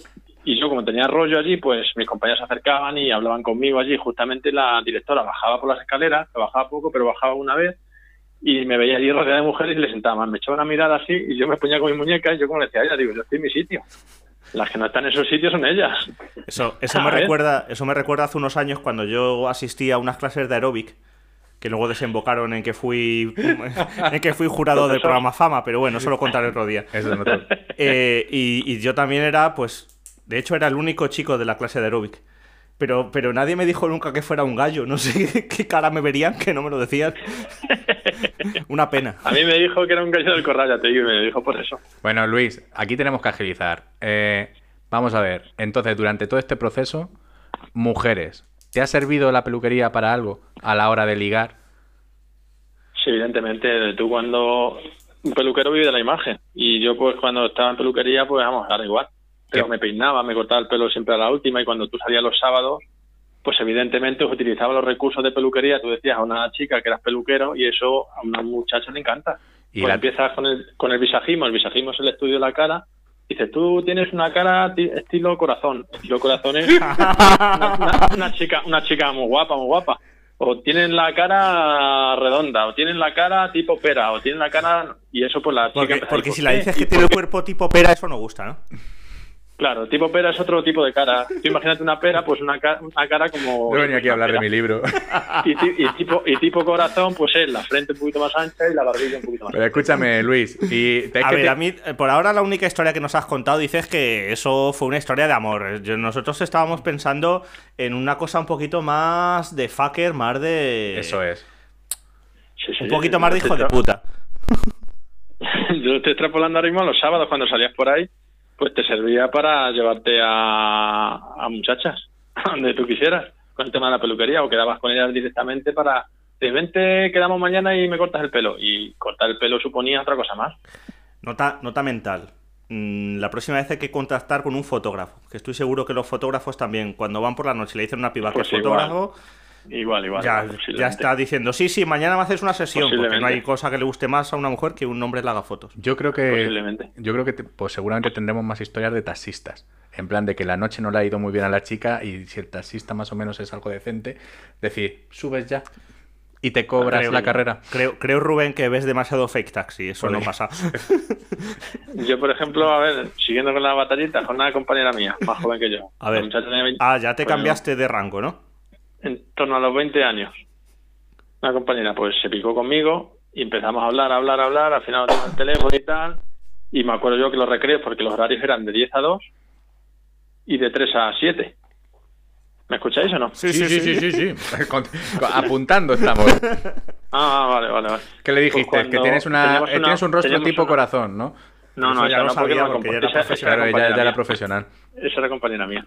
[SPEAKER 3] y yo, como tenía rollo allí, pues mis compañeros se acercaban y hablaban conmigo allí. Justamente la directora bajaba por las escaleras, que bajaba poco, pero bajaba una vez y me veía allí rodeada de mujeres y le sentaban. Me echaba una mirada así y yo me ponía con mi muñeca y yo, como le decía a ella, digo, yo estoy en mi sitio. Las que no están en sus sitios son ellas.
[SPEAKER 1] Eso, eso,
[SPEAKER 3] A
[SPEAKER 1] me
[SPEAKER 3] ver.
[SPEAKER 1] recuerda, eso me recuerda hace unos años cuando yo asistí a unas clases de aeróbic que luego desembocaron en que fui en que fui jurado del
[SPEAKER 3] Profesor.
[SPEAKER 1] programa Fama, pero bueno, eso lo contaré otro día.
[SPEAKER 2] Eso es otro-
[SPEAKER 1] Eh, y, y yo también era, pues, de hecho era el único chico de la clase de aeróbic. Pero, pero nadie me dijo nunca que fuera un gallo. No sé qué cara me verían que no me lo decían. Una pena.
[SPEAKER 3] A mí me dijo que era un gallo del corral, ya te digo, y me dijo por eso.
[SPEAKER 2] Bueno, Luis, aquí tenemos que agilizar. Eh, vamos a ver. Entonces, durante todo este proceso, mujeres, ¿te ha servido la peluquería para algo a la hora de ligar?
[SPEAKER 3] Sí, evidentemente, tú cuando... Un peluquero vive de la imagen. Y yo, pues, cuando estaba en peluquería, pues, vamos, era igual. Pero
[SPEAKER 2] ¿Qué?
[SPEAKER 3] me peinaba, me cortaba el pelo siempre a la última y cuando tú salías los sábados, pues, evidentemente, utilizaba los recursos de peluquería. Tú decías a una chica que eras peluquero y eso a una muchacha le encanta.
[SPEAKER 2] Y
[SPEAKER 3] pues
[SPEAKER 2] la-
[SPEAKER 3] empiezas con el, con el visajismo. El visajismo es el estudio de la cara. Dices, tú tienes una cara ti- estilo corazón. Estilo corazón es una, una- una chica, una chica muy guapa, muy guapa. O tienen la cara redonda, o tienen la cara tipo pera, o tienen la cara... Y eso pues la chica...
[SPEAKER 1] Porque,
[SPEAKER 3] empieza a
[SPEAKER 1] porque
[SPEAKER 3] decir,
[SPEAKER 1] si la
[SPEAKER 3] "¿Qué?
[SPEAKER 1] dices
[SPEAKER 3] ¿Y
[SPEAKER 1] que
[SPEAKER 3] por
[SPEAKER 1] tiene
[SPEAKER 3] qué?".
[SPEAKER 1] cuerpo tipo pera, eso no gusta, ¿no?
[SPEAKER 3] Claro, tipo pera es otro tipo de cara. Tú imagínate una pera, pues una, ca- una cara como...
[SPEAKER 2] No venía aquí a hablar de mi libro.
[SPEAKER 3] Y, ti- y tipo, y tipo corazón, pues es la frente un poquito más ancha y la barbilla un poquito más
[SPEAKER 2] Pero escúchame, Luis. Y es
[SPEAKER 1] A
[SPEAKER 2] que
[SPEAKER 1] ver,
[SPEAKER 2] te-
[SPEAKER 1] a mí, eh, por ahora la única historia que nos has contado dices que eso fue una historia de amor. Yo- nosotros estábamos pensando en una cosa un poquito más de fucker, más de...
[SPEAKER 2] Eso es.
[SPEAKER 3] Sí, sí,
[SPEAKER 1] Un poquito más de hijo de puta.
[SPEAKER 3] Yo estoy extrapolando ahora mismo a los sábados cuando salías por ahí, pues te servía para llevarte a, a muchachas, a donde tú quisieras, con el tema de la peluquería, o quedabas con ellas directamente para, de vente, quedamos mañana y me cortas el pelo. Y cortar el pelo suponía otra cosa más.
[SPEAKER 1] Nota, nota mental. Mm, La próxima vez hay que contactar con un fotógrafo, que estoy seguro que los fotógrafos también, cuando van por la noche y le dicen a una piba
[SPEAKER 3] Pues
[SPEAKER 1] que es
[SPEAKER 3] igual,
[SPEAKER 1] fotógrafo,
[SPEAKER 3] Igual, igual.
[SPEAKER 1] ya,
[SPEAKER 3] igual,
[SPEAKER 1] ya
[SPEAKER 3] posiblemente.
[SPEAKER 1] está diciendo, sí, sí, mañana me haces una sesión, porque no
[SPEAKER 3] Posiblemente.
[SPEAKER 1] hay cosa que le guste más a una mujer que un hombre le haga fotos.
[SPEAKER 2] Yo creo que.
[SPEAKER 3] Posiblemente.
[SPEAKER 2] Yo creo que te- pues seguramente tendremos más historias de taxistas. En plan de que la noche no le ha ido muy bien a la chica y si el taxista más o menos es algo decente, decir, subes ya. y te cobras
[SPEAKER 1] Creo-
[SPEAKER 2] la carrera.
[SPEAKER 1] Creo, creo, Rubén, que ves demasiado fake taxi. Eso no
[SPEAKER 2] Oye.
[SPEAKER 1] pasa.
[SPEAKER 3] Yo, por ejemplo, a ver, siguiendo con la batallita, con una compañera mía, más joven que yo.
[SPEAKER 1] A ver.
[SPEAKER 3] La muchacha tenía 20
[SPEAKER 1] Ah, ya te
[SPEAKER 3] bueno,
[SPEAKER 1] cambiaste de rango, ¿no?
[SPEAKER 3] En torno a los 20 años. Una compañera, pues se picó conmigo y empezamos a hablar, a hablar, a hablar. Al final tengo el teléfono y tal. Y me acuerdo yo que los recreos, porque los horarios eran de 10 a 2 y de 3 a 7. ¿Me escucháis o no?
[SPEAKER 2] sí, sí. Con- con- Apuntando estamos.
[SPEAKER 3] Ah, vale, vale, vale.
[SPEAKER 2] ¿Qué le dijiste?
[SPEAKER 3] Pues cuando
[SPEAKER 2] que tienes, una,
[SPEAKER 3] teníamos
[SPEAKER 2] eh, tienes un rostro
[SPEAKER 3] teníamos
[SPEAKER 2] tipo
[SPEAKER 3] una-
[SPEAKER 2] corazón, ¿no?
[SPEAKER 3] No, no,
[SPEAKER 1] Eso ya
[SPEAKER 3] esa
[SPEAKER 1] lo
[SPEAKER 3] no, porque
[SPEAKER 1] sabía,
[SPEAKER 3] era una
[SPEAKER 1] porque ya
[SPEAKER 3] compa-
[SPEAKER 1] era
[SPEAKER 3] esa- esa
[SPEAKER 2] Claro,
[SPEAKER 3] compañera
[SPEAKER 2] ella, ella
[SPEAKER 3] mía.
[SPEAKER 2] era profesional.
[SPEAKER 3] Esa era compañera mía.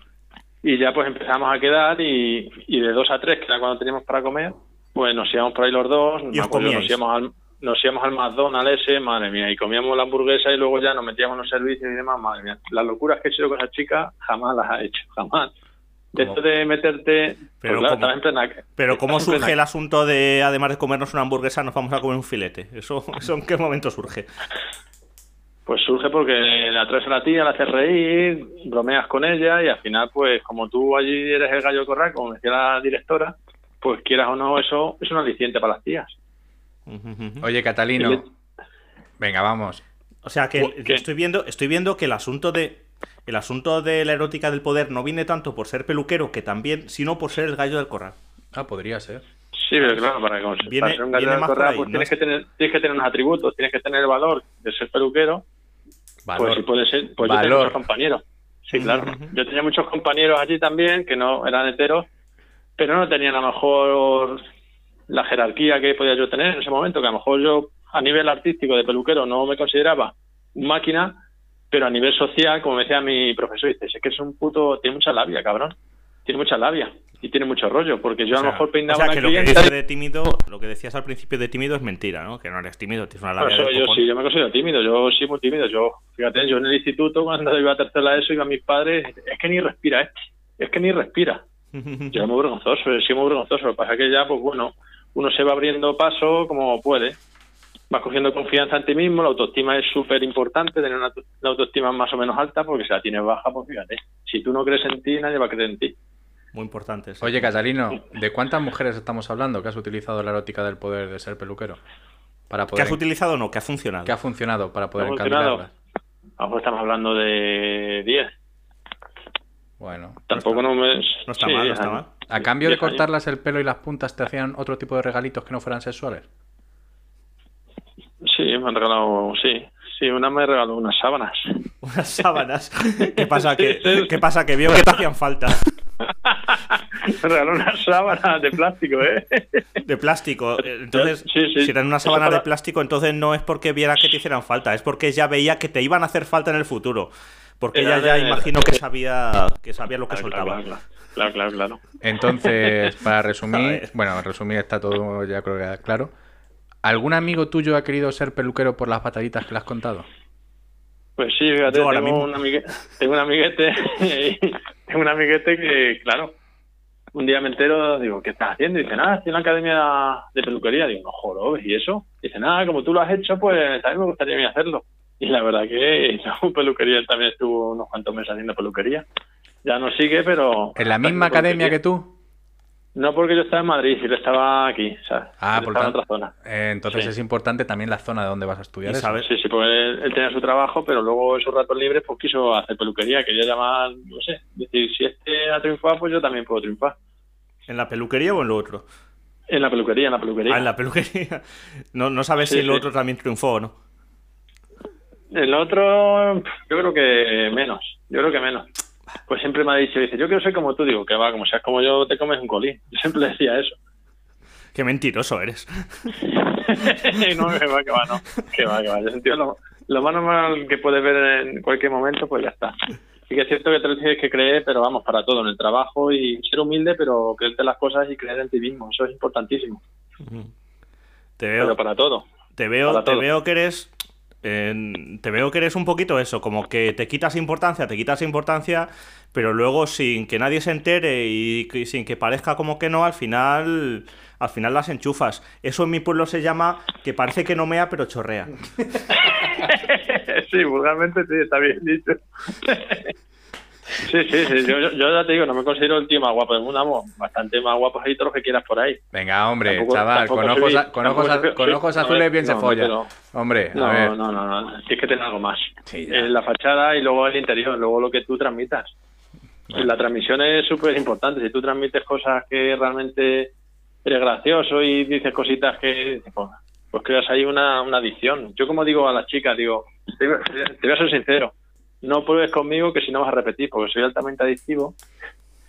[SPEAKER 3] Y ya pues empezamos a quedar y, y de dos a tres, que era cuando teníamos para comer, pues nos íbamos por ahí los dos, me
[SPEAKER 1] os
[SPEAKER 3] acuerdo,
[SPEAKER 1] comíais?
[SPEAKER 3] nos íbamos al nos íbamos al McDonald's ese, madre mía, y comíamos la hamburguesa y luego ya nos metíamos en los servicios y demás, madre mía. Las locuras que he hecho con esa chica jamás las ha hecho, jamás.
[SPEAKER 2] ¿Cómo?
[SPEAKER 3] Esto de meterte...
[SPEAKER 1] Pero
[SPEAKER 3] pues claro,
[SPEAKER 1] ¿cómo?
[SPEAKER 3] estabas en plena-
[SPEAKER 1] Pero ¿cómo
[SPEAKER 3] estabas en plena
[SPEAKER 1] surge el asunto de, además de comernos una hamburguesa, nos vamos a comer un filete? ¿Eso, eso en qué momento surge?
[SPEAKER 3] Pues surge porque la traes a la tía, la haces reír, bromeas con ella y al final, pues como tú allí eres el gallo corral, como decía la directora, pues quieras o no, eso es un aliciente para las tías.
[SPEAKER 1] Ujú, ujú.
[SPEAKER 2] Oye, Catalino. Venga, vamos.
[SPEAKER 1] O sea que
[SPEAKER 3] ¿Qué?
[SPEAKER 1] estoy viendo, estoy viendo que el asunto de el asunto de la erótica del poder no viene tanto por ser peluquero, que también, sino por ser el gallo del corral.
[SPEAKER 2] Ah, podría ser.
[SPEAKER 3] Sí, pero claro, para, que
[SPEAKER 1] Viene-
[SPEAKER 3] para ser un gallo
[SPEAKER 1] viene
[SPEAKER 3] del
[SPEAKER 1] más por
[SPEAKER 3] corral,
[SPEAKER 1] ahí,
[SPEAKER 3] pues
[SPEAKER 1] ¿no?
[SPEAKER 3] tienes, que tener, tienes que tener unos atributos, tienes que tener el valor de ser peluquero,
[SPEAKER 2] Valor.
[SPEAKER 3] pues si puede ser, pues yo tenía
[SPEAKER 2] Valor.
[SPEAKER 3] muchos compañeros. Sí, claro.
[SPEAKER 1] Ujú.
[SPEAKER 3] Yo tenía muchos compañeros allí también que no eran heteros, pero no tenían a lo mejor la jerarquía que podía yo tener en ese momento, que a lo mejor yo a nivel artístico de peluquero no me consideraba un máquina, pero a nivel social, como me decía mi profesor, dice, es que es un puto, tiene mucha labia, cabrón. Tiene mucha labia y tiene mucho rollo, porque yo
[SPEAKER 1] O
[SPEAKER 3] a lo
[SPEAKER 1] sea,
[SPEAKER 3] mejor
[SPEAKER 1] o
[SPEAKER 3] peinaba
[SPEAKER 1] sea,
[SPEAKER 3] una
[SPEAKER 1] que lo que
[SPEAKER 3] clienta
[SPEAKER 1] dices de tímido, lo que decías al principio de tímido es mentira, ¿no? Que no eres tímido, tienes una
[SPEAKER 3] Bueno,
[SPEAKER 1] labia
[SPEAKER 3] eso
[SPEAKER 1] del
[SPEAKER 3] yo
[SPEAKER 1] copón.
[SPEAKER 3] sí, yo me considero tímido, yo soy muy tímido. Yo, fíjate, yo en el instituto cuando iba a tercera eso iba a mis padres, es que ni respira este, es que ni respira. Yo era muy vergonzoso, he sido muy vergonzoso. Lo que pasa es que ya, pues bueno, uno se va abriendo paso como puede. Vas cogiendo confianza en ti mismo, la autoestima es súper importante, tener una, auto- una autoestima más o menos alta, porque si la tienes baja, pues fíjate, si tú no crees en ti, nadie va a creer en ti.
[SPEAKER 1] Muy importante. sí.
[SPEAKER 2] Oye, Catalino, ¿de cuántas mujeres estamos hablando que has utilizado la erótica del poder de ser peluquero? Para
[SPEAKER 1] ¿Qué
[SPEAKER 2] poder
[SPEAKER 1] has utilizado o no? ¿Qué ha funcionado?
[SPEAKER 2] pues, que ha funcionado para poder
[SPEAKER 3] ¿Ha funcionado?
[SPEAKER 2] encaminarlas?
[SPEAKER 3] A lo mejor estamos hablando de 10.
[SPEAKER 2] Bueno.
[SPEAKER 3] Tampoco no, me...
[SPEAKER 1] No está
[SPEAKER 3] sí,
[SPEAKER 1] mal, no está
[SPEAKER 3] ajá.
[SPEAKER 1] mal.
[SPEAKER 2] A cambio de
[SPEAKER 3] Diez años.
[SPEAKER 2] cortarlas el pelo y las puntas, ¿te hacían otro tipo de regalitos que no fueran sexuales?
[SPEAKER 3] Sí, me han regalado, sí. Sí, una me regaló unas sábanas.
[SPEAKER 1] Unas sábanas. ¿Qué pasa?
[SPEAKER 3] Sí,
[SPEAKER 1] ¿Qué,
[SPEAKER 3] sí, sí.
[SPEAKER 1] qué pasa? Que vio que te hacían falta.
[SPEAKER 3] me regaló unas sábanas de plástico, ¿eh?
[SPEAKER 1] De plástico. Eh, Entonces,
[SPEAKER 3] Sí, sí.
[SPEAKER 1] si eran una
[SPEAKER 3] Eso
[SPEAKER 1] sábana
[SPEAKER 3] para-
[SPEAKER 1] de plástico, entonces no es porque viera que te hicieran falta, es porque ya veía que te iban a hacer falta en el futuro. Porque
[SPEAKER 3] Era-
[SPEAKER 1] ella ya
[SPEAKER 3] era-
[SPEAKER 1] imagino que sabía que sabía lo que
[SPEAKER 3] Claro,
[SPEAKER 1] soltaba.
[SPEAKER 3] claro, claro, claro, claro, claro.
[SPEAKER 2] Entonces, para
[SPEAKER 1] A
[SPEAKER 2] resumir,
[SPEAKER 1] ver.
[SPEAKER 2] bueno, resumir está todo ya creo que claro. ¿Algún amigo tuyo ha querido ser peluquero por las batallitas que le has contado?
[SPEAKER 3] Pues sí, fíjate,
[SPEAKER 1] Yo ahora
[SPEAKER 3] tengo
[SPEAKER 1] mismo.
[SPEAKER 3] un, amigue- tengo un amiguete, tengo un amiguete que, claro, un día me entero, digo, ¿qué estás haciendo? Y dice, nada, estoy en la academia de peluquería. Digo, no jorobes, ¿y eso? Y dice, nada, como tú lo has hecho, pues también me gustaría a mí hacerlo. Y la verdad que hizo peluquería, él también estuvo unos cuantos meses haciendo peluquería. Ya no sigue, pero...
[SPEAKER 2] ¿En la misma academia que tú?
[SPEAKER 3] No, porque yo estaba en Madrid, yo estaba aquí, ¿sabes?
[SPEAKER 2] Ah,
[SPEAKER 3] Él
[SPEAKER 2] por
[SPEAKER 3] estaba en
[SPEAKER 2] tanto-
[SPEAKER 3] otra zona.
[SPEAKER 2] Eh, entonces
[SPEAKER 3] Sí.
[SPEAKER 2] es importante también la zona de donde vas
[SPEAKER 1] Y
[SPEAKER 2] a estudiar. eso.
[SPEAKER 1] sabe-
[SPEAKER 3] Sí, sí, porque él, él tenía su trabajo, pero luego en sus ratos libres pues quiso hacer peluquería, quería llamar, no sé, decir, si este ha triunfado, pues yo también puedo triunfar.
[SPEAKER 1] ¿En la peluquería o en lo otro?
[SPEAKER 3] En la peluquería, en la peluquería.
[SPEAKER 1] Ah, en la peluquería. No, no sabes
[SPEAKER 3] Sí,
[SPEAKER 1] si el
[SPEAKER 3] sí.
[SPEAKER 1] otro también triunfó o no.
[SPEAKER 3] El otro, yo creo que menos, yo creo que menos. Pues siempre me ha dicho, dice, yo quiero ser como tú, digo, que va, como seas como yo, te comes un colín. Yo siempre le decía eso.
[SPEAKER 1] Qué mentiroso eres.
[SPEAKER 3] no, que va, que va, no. Que va, que va. Yo he sentido lo, lo más normal que puedes ver en cualquier momento, pues ya está. Sí que es cierto que te lo tienes que creer, pero vamos, para todo, en el trabajo y ser humilde, pero creerte las cosas y creer en ti mismo. Eso es importantísimo.
[SPEAKER 1] Te
[SPEAKER 3] Pero
[SPEAKER 1] veo,
[SPEAKER 3] para todo.
[SPEAKER 1] te veo,
[SPEAKER 3] para
[SPEAKER 1] te
[SPEAKER 3] todo.
[SPEAKER 1] veo que eres. en- te veo que eres un poquito eso, como que te quitas importancia, te quitas importancia, pero luego sin que nadie se entere y, que- sin que parezca como que no, al final, al final las enchufas. Eso en mi pueblo se llama que parece que no mea pero chorrea.
[SPEAKER 3] sí, vulgarmente sí, está bien dicho. Sí, sí, sí. Yo, yo- yo ya te digo, no me considero el tío más guapo del mundo, vamos. Bastante más guapos hay todos los que quieras por ahí.
[SPEAKER 2] Venga, hombre,
[SPEAKER 3] Tampoco-
[SPEAKER 2] chaval,
[SPEAKER 3] tampoco
[SPEAKER 2] con
[SPEAKER 3] soy-
[SPEAKER 2] ojos, a- con
[SPEAKER 3] tampoco
[SPEAKER 2] ojos, a-
[SPEAKER 3] soy-
[SPEAKER 2] con
[SPEAKER 3] soy-
[SPEAKER 2] ojos
[SPEAKER 3] no,
[SPEAKER 2] azules
[SPEAKER 3] eh,
[SPEAKER 2] bien se
[SPEAKER 3] no,
[SPEAKER 2] folla.
[SPEAKER 3] pero-
[SPEAKER 2] Hombre, a
[SPEAKER 3] No,
[SPEAKER 2] ver.
[SPEAKER 3] no, no, no. Tienes que tener algo más.
[SPEAKER 2] Sí, ya.
[SPEAKER 3] Eh, la fachada y luego el interior, luego lo que tú transmitas.
[SPEAKER 2] Bueno.
[SPEAKER 3] La transmisión es súper importante. Si tú transmites cosas que realmente eres gracioso y dices cositas que. Pues, pues creas ahí una, una adicción. Yo, como digo a las chicas, digo, te, voy a- te voy a ser sincero. No pruebes conmigo que si no vas a repetir, porque soy altamente adictivo.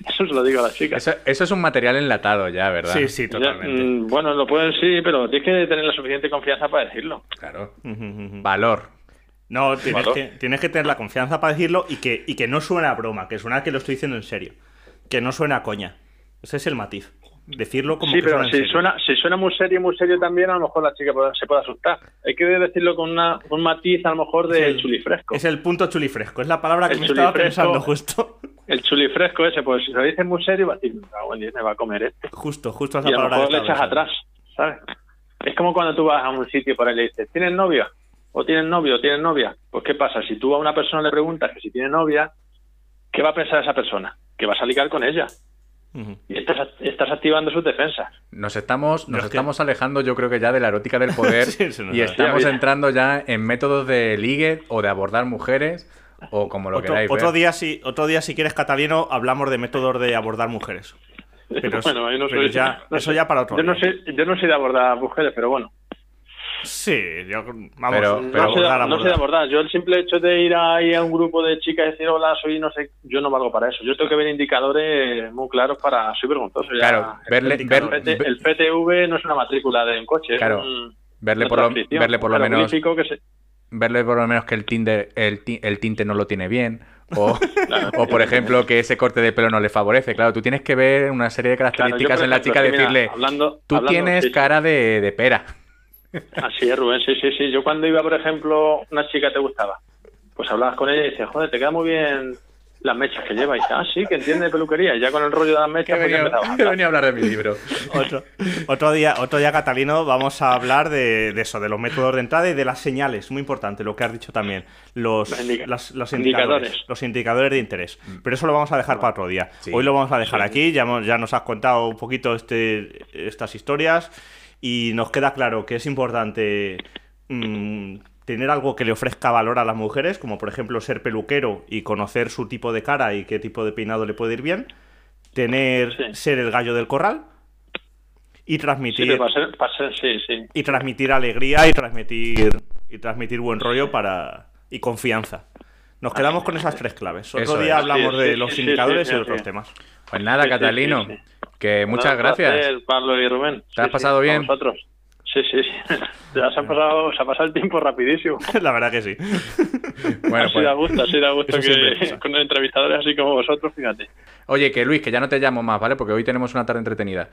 [SPEAKER 3] Eso se lo digo a las chicas.
[SPEAKER 2] Eso, eso es un material enlatado ya, ¿verdad?
[SPEAKER 1] Sí, sí, totalmente.
[SPEAKER 3] Mm, Bueno, lo pueden sí, pero tienes que tener la suficiente confianza para decirlo.
[SPEAKER 2] Claro.
[SPEAKER 1] Ujú, ujú.
[SPEAKER 2] Valor.
[SPEAKER 1] No, tienes
[SPEAKER 3] Valor.
[SPEAKER 1] que, tienes que tener la confianza para decirlo y que, y que no suena a broma, que suena que lo estoy diciendo en serio. Que no suena a coña. Ese es el matiz. Decirlo como
[SPEAKER 3] sí,
[SPEAKER 1] que
[SPEAKER 3] pero
[SPEAKER 1] suena en
[SPEAKER 3] si
[SPEAKER 1] serio.
[SPEAKER 3] suena, si suena muy serio, muy serio también, a lo mejor la chica puede- se puede asustar. Hay que decirlo con una, un matiz, a lo mejor,
[SPEAKER 1] Es
[SPEAKER 3] de
[SPEAKER 1] el-
[SPEAKER 3] chulifresco.
[SPEAKER 1] Es el punto chulifresco, es la palabra que
[SPEAKER 3] El
[SPEAKER 1] me estaba
[SPEAKER 3] chulifresco.
[SPEAKER 1] pensando justo.
[SPEAKER 3] El chulifresco ese, pues si lo dices muy serio, va a decir, "Ah, bueno, y me va a comer este.
[SPEAKER 1] Justo, justo esa
[SPEAKER 3] Y a lo
[SPEAKER 1] palabra.
[SPEAKER 3] mejor
[SPEAKER 1] que
[SPEAKER 3] le
[SPEAKER 1] estaba
[SPEAKER 3] echas atrás,
[SPEAKER 1] pensando.
[SPEAKER 3] ¿sabes? Es como cuando tú vas a un sitio por ahí y le dices, ¿tienes novia? ¿O tienes novio? ¿O tienes novia? Pues ¿qué pasa? Si tú a una persona le preguntas que si tiene novia, ¿qué va a pensar esa persona? Que vas a ligar con ella.
[SPEAKER 1] Ujú.
[SPEAKER 3] Y estás, estás activando sus defensas.
[SPEAKER 2] Nos estamos, nos
[SPEAKER 1] es que-
[SPEAKER 2] estamos alejando, yo creo que ya de la erótica del poder
[SPEAKER 1] Sí, se nos
[SPEAKER 2] y
[SPEAKER 1] da.
[SPEAKER 2] estamos
[SPEAKER 3] Ya, ya.
[SPEAKER 2] entrando ya en métodos de ligue o de abordar mujeres o como lo pues.
[SPEAKER 1] Otro,
[SPEAKER 2] queráis.
[SPEAKER 1] otro
[SPEAKER 2] ver.
[SPEAKER 1] día, si, otro día, si quieres, Catalino, hablamos de métodos de abordar mujeres. Pero, es-
[SPEAKER 3] bueno, yo no
[SPEAKER 1] pero
[SPEAKER 3] soy-
[SPEAKER 1] ya,
[SPEAKER 3] no
[SPEAKER 1] eso
[SPEAKER 3] sé.
[SPEAKER 1] ya para otro
[SPEAKER 3] Yo no,
[SPEAKER 1] día.
[SPEAKER 3] soy, yo no soy de abordar a mujeres, pero bueno.
[SPEAKER 1] Sí, yo- vamos,
[SPEAKER 2] Pero-
[SPEAKER 1] no
[SPEAKER 2] pero
[SPEAKER 3] no, soy de,
[SPEAKER 1] abordar,
[SPEAKER 3] no soy de
[SPEAKER 1] abordar.
[SPEAKER 3] abordar. Yo el simple hecho de ir ahí a un grupo de chicas y decir hola, soy no sé, yo no valgo para eso. Yo tengo que ver indicadores muy claros para... Soy vergonzoso. ya.
[SPEAKER 2] Claro, verle,
[SPEAKER 1] el
[SPEAKER 2] ver-
[SPEAKER 3] El, PT
[SPEAKER 2] ver-
[SPEAKER 3] el PTV no es una matrícula de un coche. es
[SPEAKER 2] Claro.
[SPEAKER 3] un-
[SPEAKER 2] verle
[SPEAKER 3] una
[SPEAKER 2] por lo,
[SPEAKER 3] transcripción,
[SPEAKER 2] verle por lo
[SPEAKER 3] un
[SPEAKER 2] menos
[SPEAKER 3] jeroglífico que se-
[SPEAKER 2] verle por lo menos que el Tinder, el, ti- el tinte no lo tiene bien. O,
[SPEAKER 3] Claro.
[SPEAKER 2] o, por ejemplo, que ese corte de pelo no le favorece. Claro, tú tienes que ver una serie de
[SPEAKER 3] Claro, yo,
[SPEAKER 2] características
[SPEAKER 3] por
[SPEAKER 2] en la
[SPEAKER 3] ejemplo,
[SPEAKER 2] chica,
[SPEAKER 3] es que, mira,
[SPEAKER 2] decirle,
[SPEAKER 3] hablando-
[SPEAKER 2] tú
[SPEAKER 3] hablando-
[SPEAKER 2] tienes
[SPEAKER 3] sí, sí.
[SPEAKER 2] cara de, de pera.
[SPEAKER 3] Así es, Rubén, sí, sí, sí. Yo cuando iba, por ejemplo, una chica te gustaba, pues hablabas con ella y decías, joder, te queda muy bien las mechas que lleva. Y dices, ah, sí, que entiende de peluquería. Y ya con el rollo de las
[SPEAKER 2] Que
[SPEAKER 3] mechas,
[SPEAKER 2] he
[SPEAKER 3] pues ya
[SPEAKER 2] venido,
[SPEAKER 3] empezaba a
[SPEAKER 2] he
[SPEAKER 3] hablar.
[SPEAKER 2] venido a hablar de mi libro.
[SPEAKER 1] Otro, otro día, otro día, Catalino, vamos a hablar de, de eso, de los métodos de entrada y de las señales. Muy importante lo que has dicho también. Los,
[SPEAKER 3] Los indica-
[SPEAKER 1] las- los indicadores,
[SPEAKER 3] indicadores.
[SPEAKER 1] Los indicadores de interés. Pero eso lo vamos a dejar para otro día.
[SPEAKER 2] Mm. Sí.
[SPEAKER 1] Hoy lo vamos a dejar aquí. Ya, hemos- ya nos has contado un poquito este, estas historias y nos queda claro que es importante mm, tener algo que le ofrezca valor a las mujeres, como por ejemplo ser peluquero y conocer su tipo de cara y qué tipo de peinado le puede ir bien. Tener,
[SPEAKER 3] Sí.
[SPEAKER 1] ser el gallo del corral y
[SPEAKER 3] Sí,
[SPEAKER 1] transmitir
[SPEAKER 3] pero para ser- para ser- sí, sí.
[SPEAKER 1] y transmitir alegría y transmitir y transmitir buen rollo para y confianza. Nos quedamos con esas tres claves. Otro
[SPEAKER 2] Ah, Eso
[SPEAKER 1] día
[SPEAKER 2] es.
[SPEAKER 1] hablamos
[SPEAKER 3] Sí,
[SPEAKER 1] de
[SPEAKER 3] sí,
[SPEAKER 1] los
[SPEAKER 3] sí,
[SPEAKER 1] indicadores
[SPEAKER 3] sí, sí,
[SPEAKER 1] y otros
[SPEAKER 3] sí.
[SPEAKER 1] temas.
[SPEAKER 2] Pues nada,
[SPEAKER 3] Sí, sí,
[SPEAKER 2] Catalino,
[SPEAKER 3] sí, pues, eh, sí.
[SPEAKER 2] que muchas
[SPEAKER 3] Nada, un
[SPEAKER 2] gracias.
[SPEAKER 3] placer, Pablo y Rubén.
[SPEAKER 2] ¿Te has pasado
[SPEAKER 3] a
[SPEAKER 2] bien?
[SPEAKER 3] vosotros. Sí, sí, sí. Ya se ha pasado, se ha pasado el tiempo rapidísimo.
[SPEAKER 1] La verdad que sí.
[SPEAKER 2] Bueno,
[SPEAKER 3] así
[SPEAKER 2] pues,
[SPEAKER 3] da gusto, así da gusto
[SPEAKER 1] Eso siempre
[SPEAKER 3] que
[SPEAKER 1] pasa.
[SPEAKER 3] con entrevistadores así como vosotros, fíjate.
[SPEAKER 2] oye, que Luis, que ya no te llamo más, ¿vale? Porque hoy tenemos una tarde entretenida.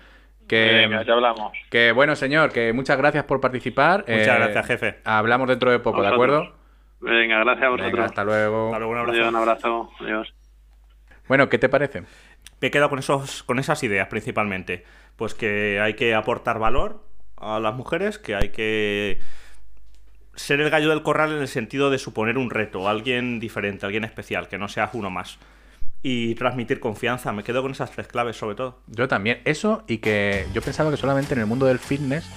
[SPEAKER 2] Que,
[SPEAKER 3] Venga, ya hablamos.
[SPEAKER 2] que bueno, señor, que muchas gracias por participar. eh,
[SPEAKER 1] Muchas gracias, jefe.
[SPEAKER 2] Hablamos dentro de poco, ¿de
[SPEAKER 3] Vosotros.
[SPEAKER 2] acuerdo?
[SPEAKER 3] Venga, gracias a vosotros.
[SPEAKER 2] Venga, hasta luego.
[SPEAKER 1] Hasta luego, un
[SPEAKER 3] Adiós, un
[SPEAKER 1] abrazo.
[SPEAKER 3] abrazo. Adiós.
[SPEAKER 2] Bueno, ¿qué te parece?
[SPEAKER 1] Me he quedado con esos con esas ideas principalmente, pues que hay que aportar valor a las mujeres, que hay que ser el gallo del corral en el sentido de suponer un reto, alguien diferente, alguien especial, que no seas uno más. Y transmitir confianza, me quedo con esas tres claves sobre todo.
[SPEAKER 2] Yo también. Eso y que yo pensaba que solamente en el mundo del fitness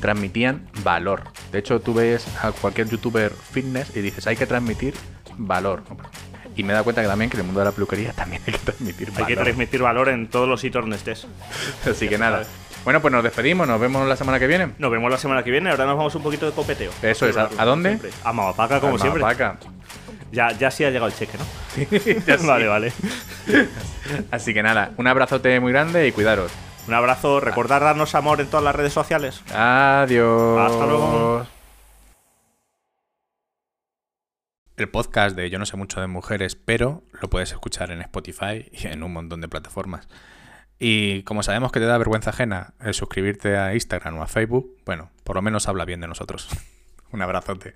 [SPEAKER 2] transmitían valor. De hecho, tú ves a cualquier youtuber fitness y dices, hay que transmitir valor. Y me he dado cuenta que también que en el mundo de la peluquería también hay que transmitir
[SPEAKER 1] Hay
[SPEAKER 2] valor.
[SPEAKER 1] que transmitir valor en todos los sitios donde estés.
[SPEAKER 2] Así que nada. Bueno, pues nos despedimos, nos vemos la semana que viene.
[SPEAKER 1] Nos vemos la semana que viene, ahora nos vamos un poquito de copeteo.
[SPEAKER 2] Eso es, ¿a- a
[SPEAKER 1] Como
[SPEAKER 2] dónde?
[SPEAKER 1] siempre. A Mavapaca, Ah, como
[SPEAKER 2] Al
[SPEAKER 1] siempre.
[SPEAKER 2] Mapaca.
[SPEAKER 1] Ya, ya sí ha llegado el cheque, ¿no? vale, vale.
[SPEAKER 2] Así que nada, un abrazote muy grande y cuidaros.
[SPEAKER 1] Un abrazo, recordar darnos amor en todas las redes sociales.
[SPEAKER 2] Adiós.
[SPEAKER 1] Hasta luego.
[SPEAKER 2] El podcast de Yo no sé mucho de mujeres, pero lo puedes escuchar en Spotify y en un montón de plataformas. Y como sabemos que te da vergüenza ajena el suscribirte a Instagram o a Facebook, bueno, por lo menos habla bien de nosotros. un abrazote.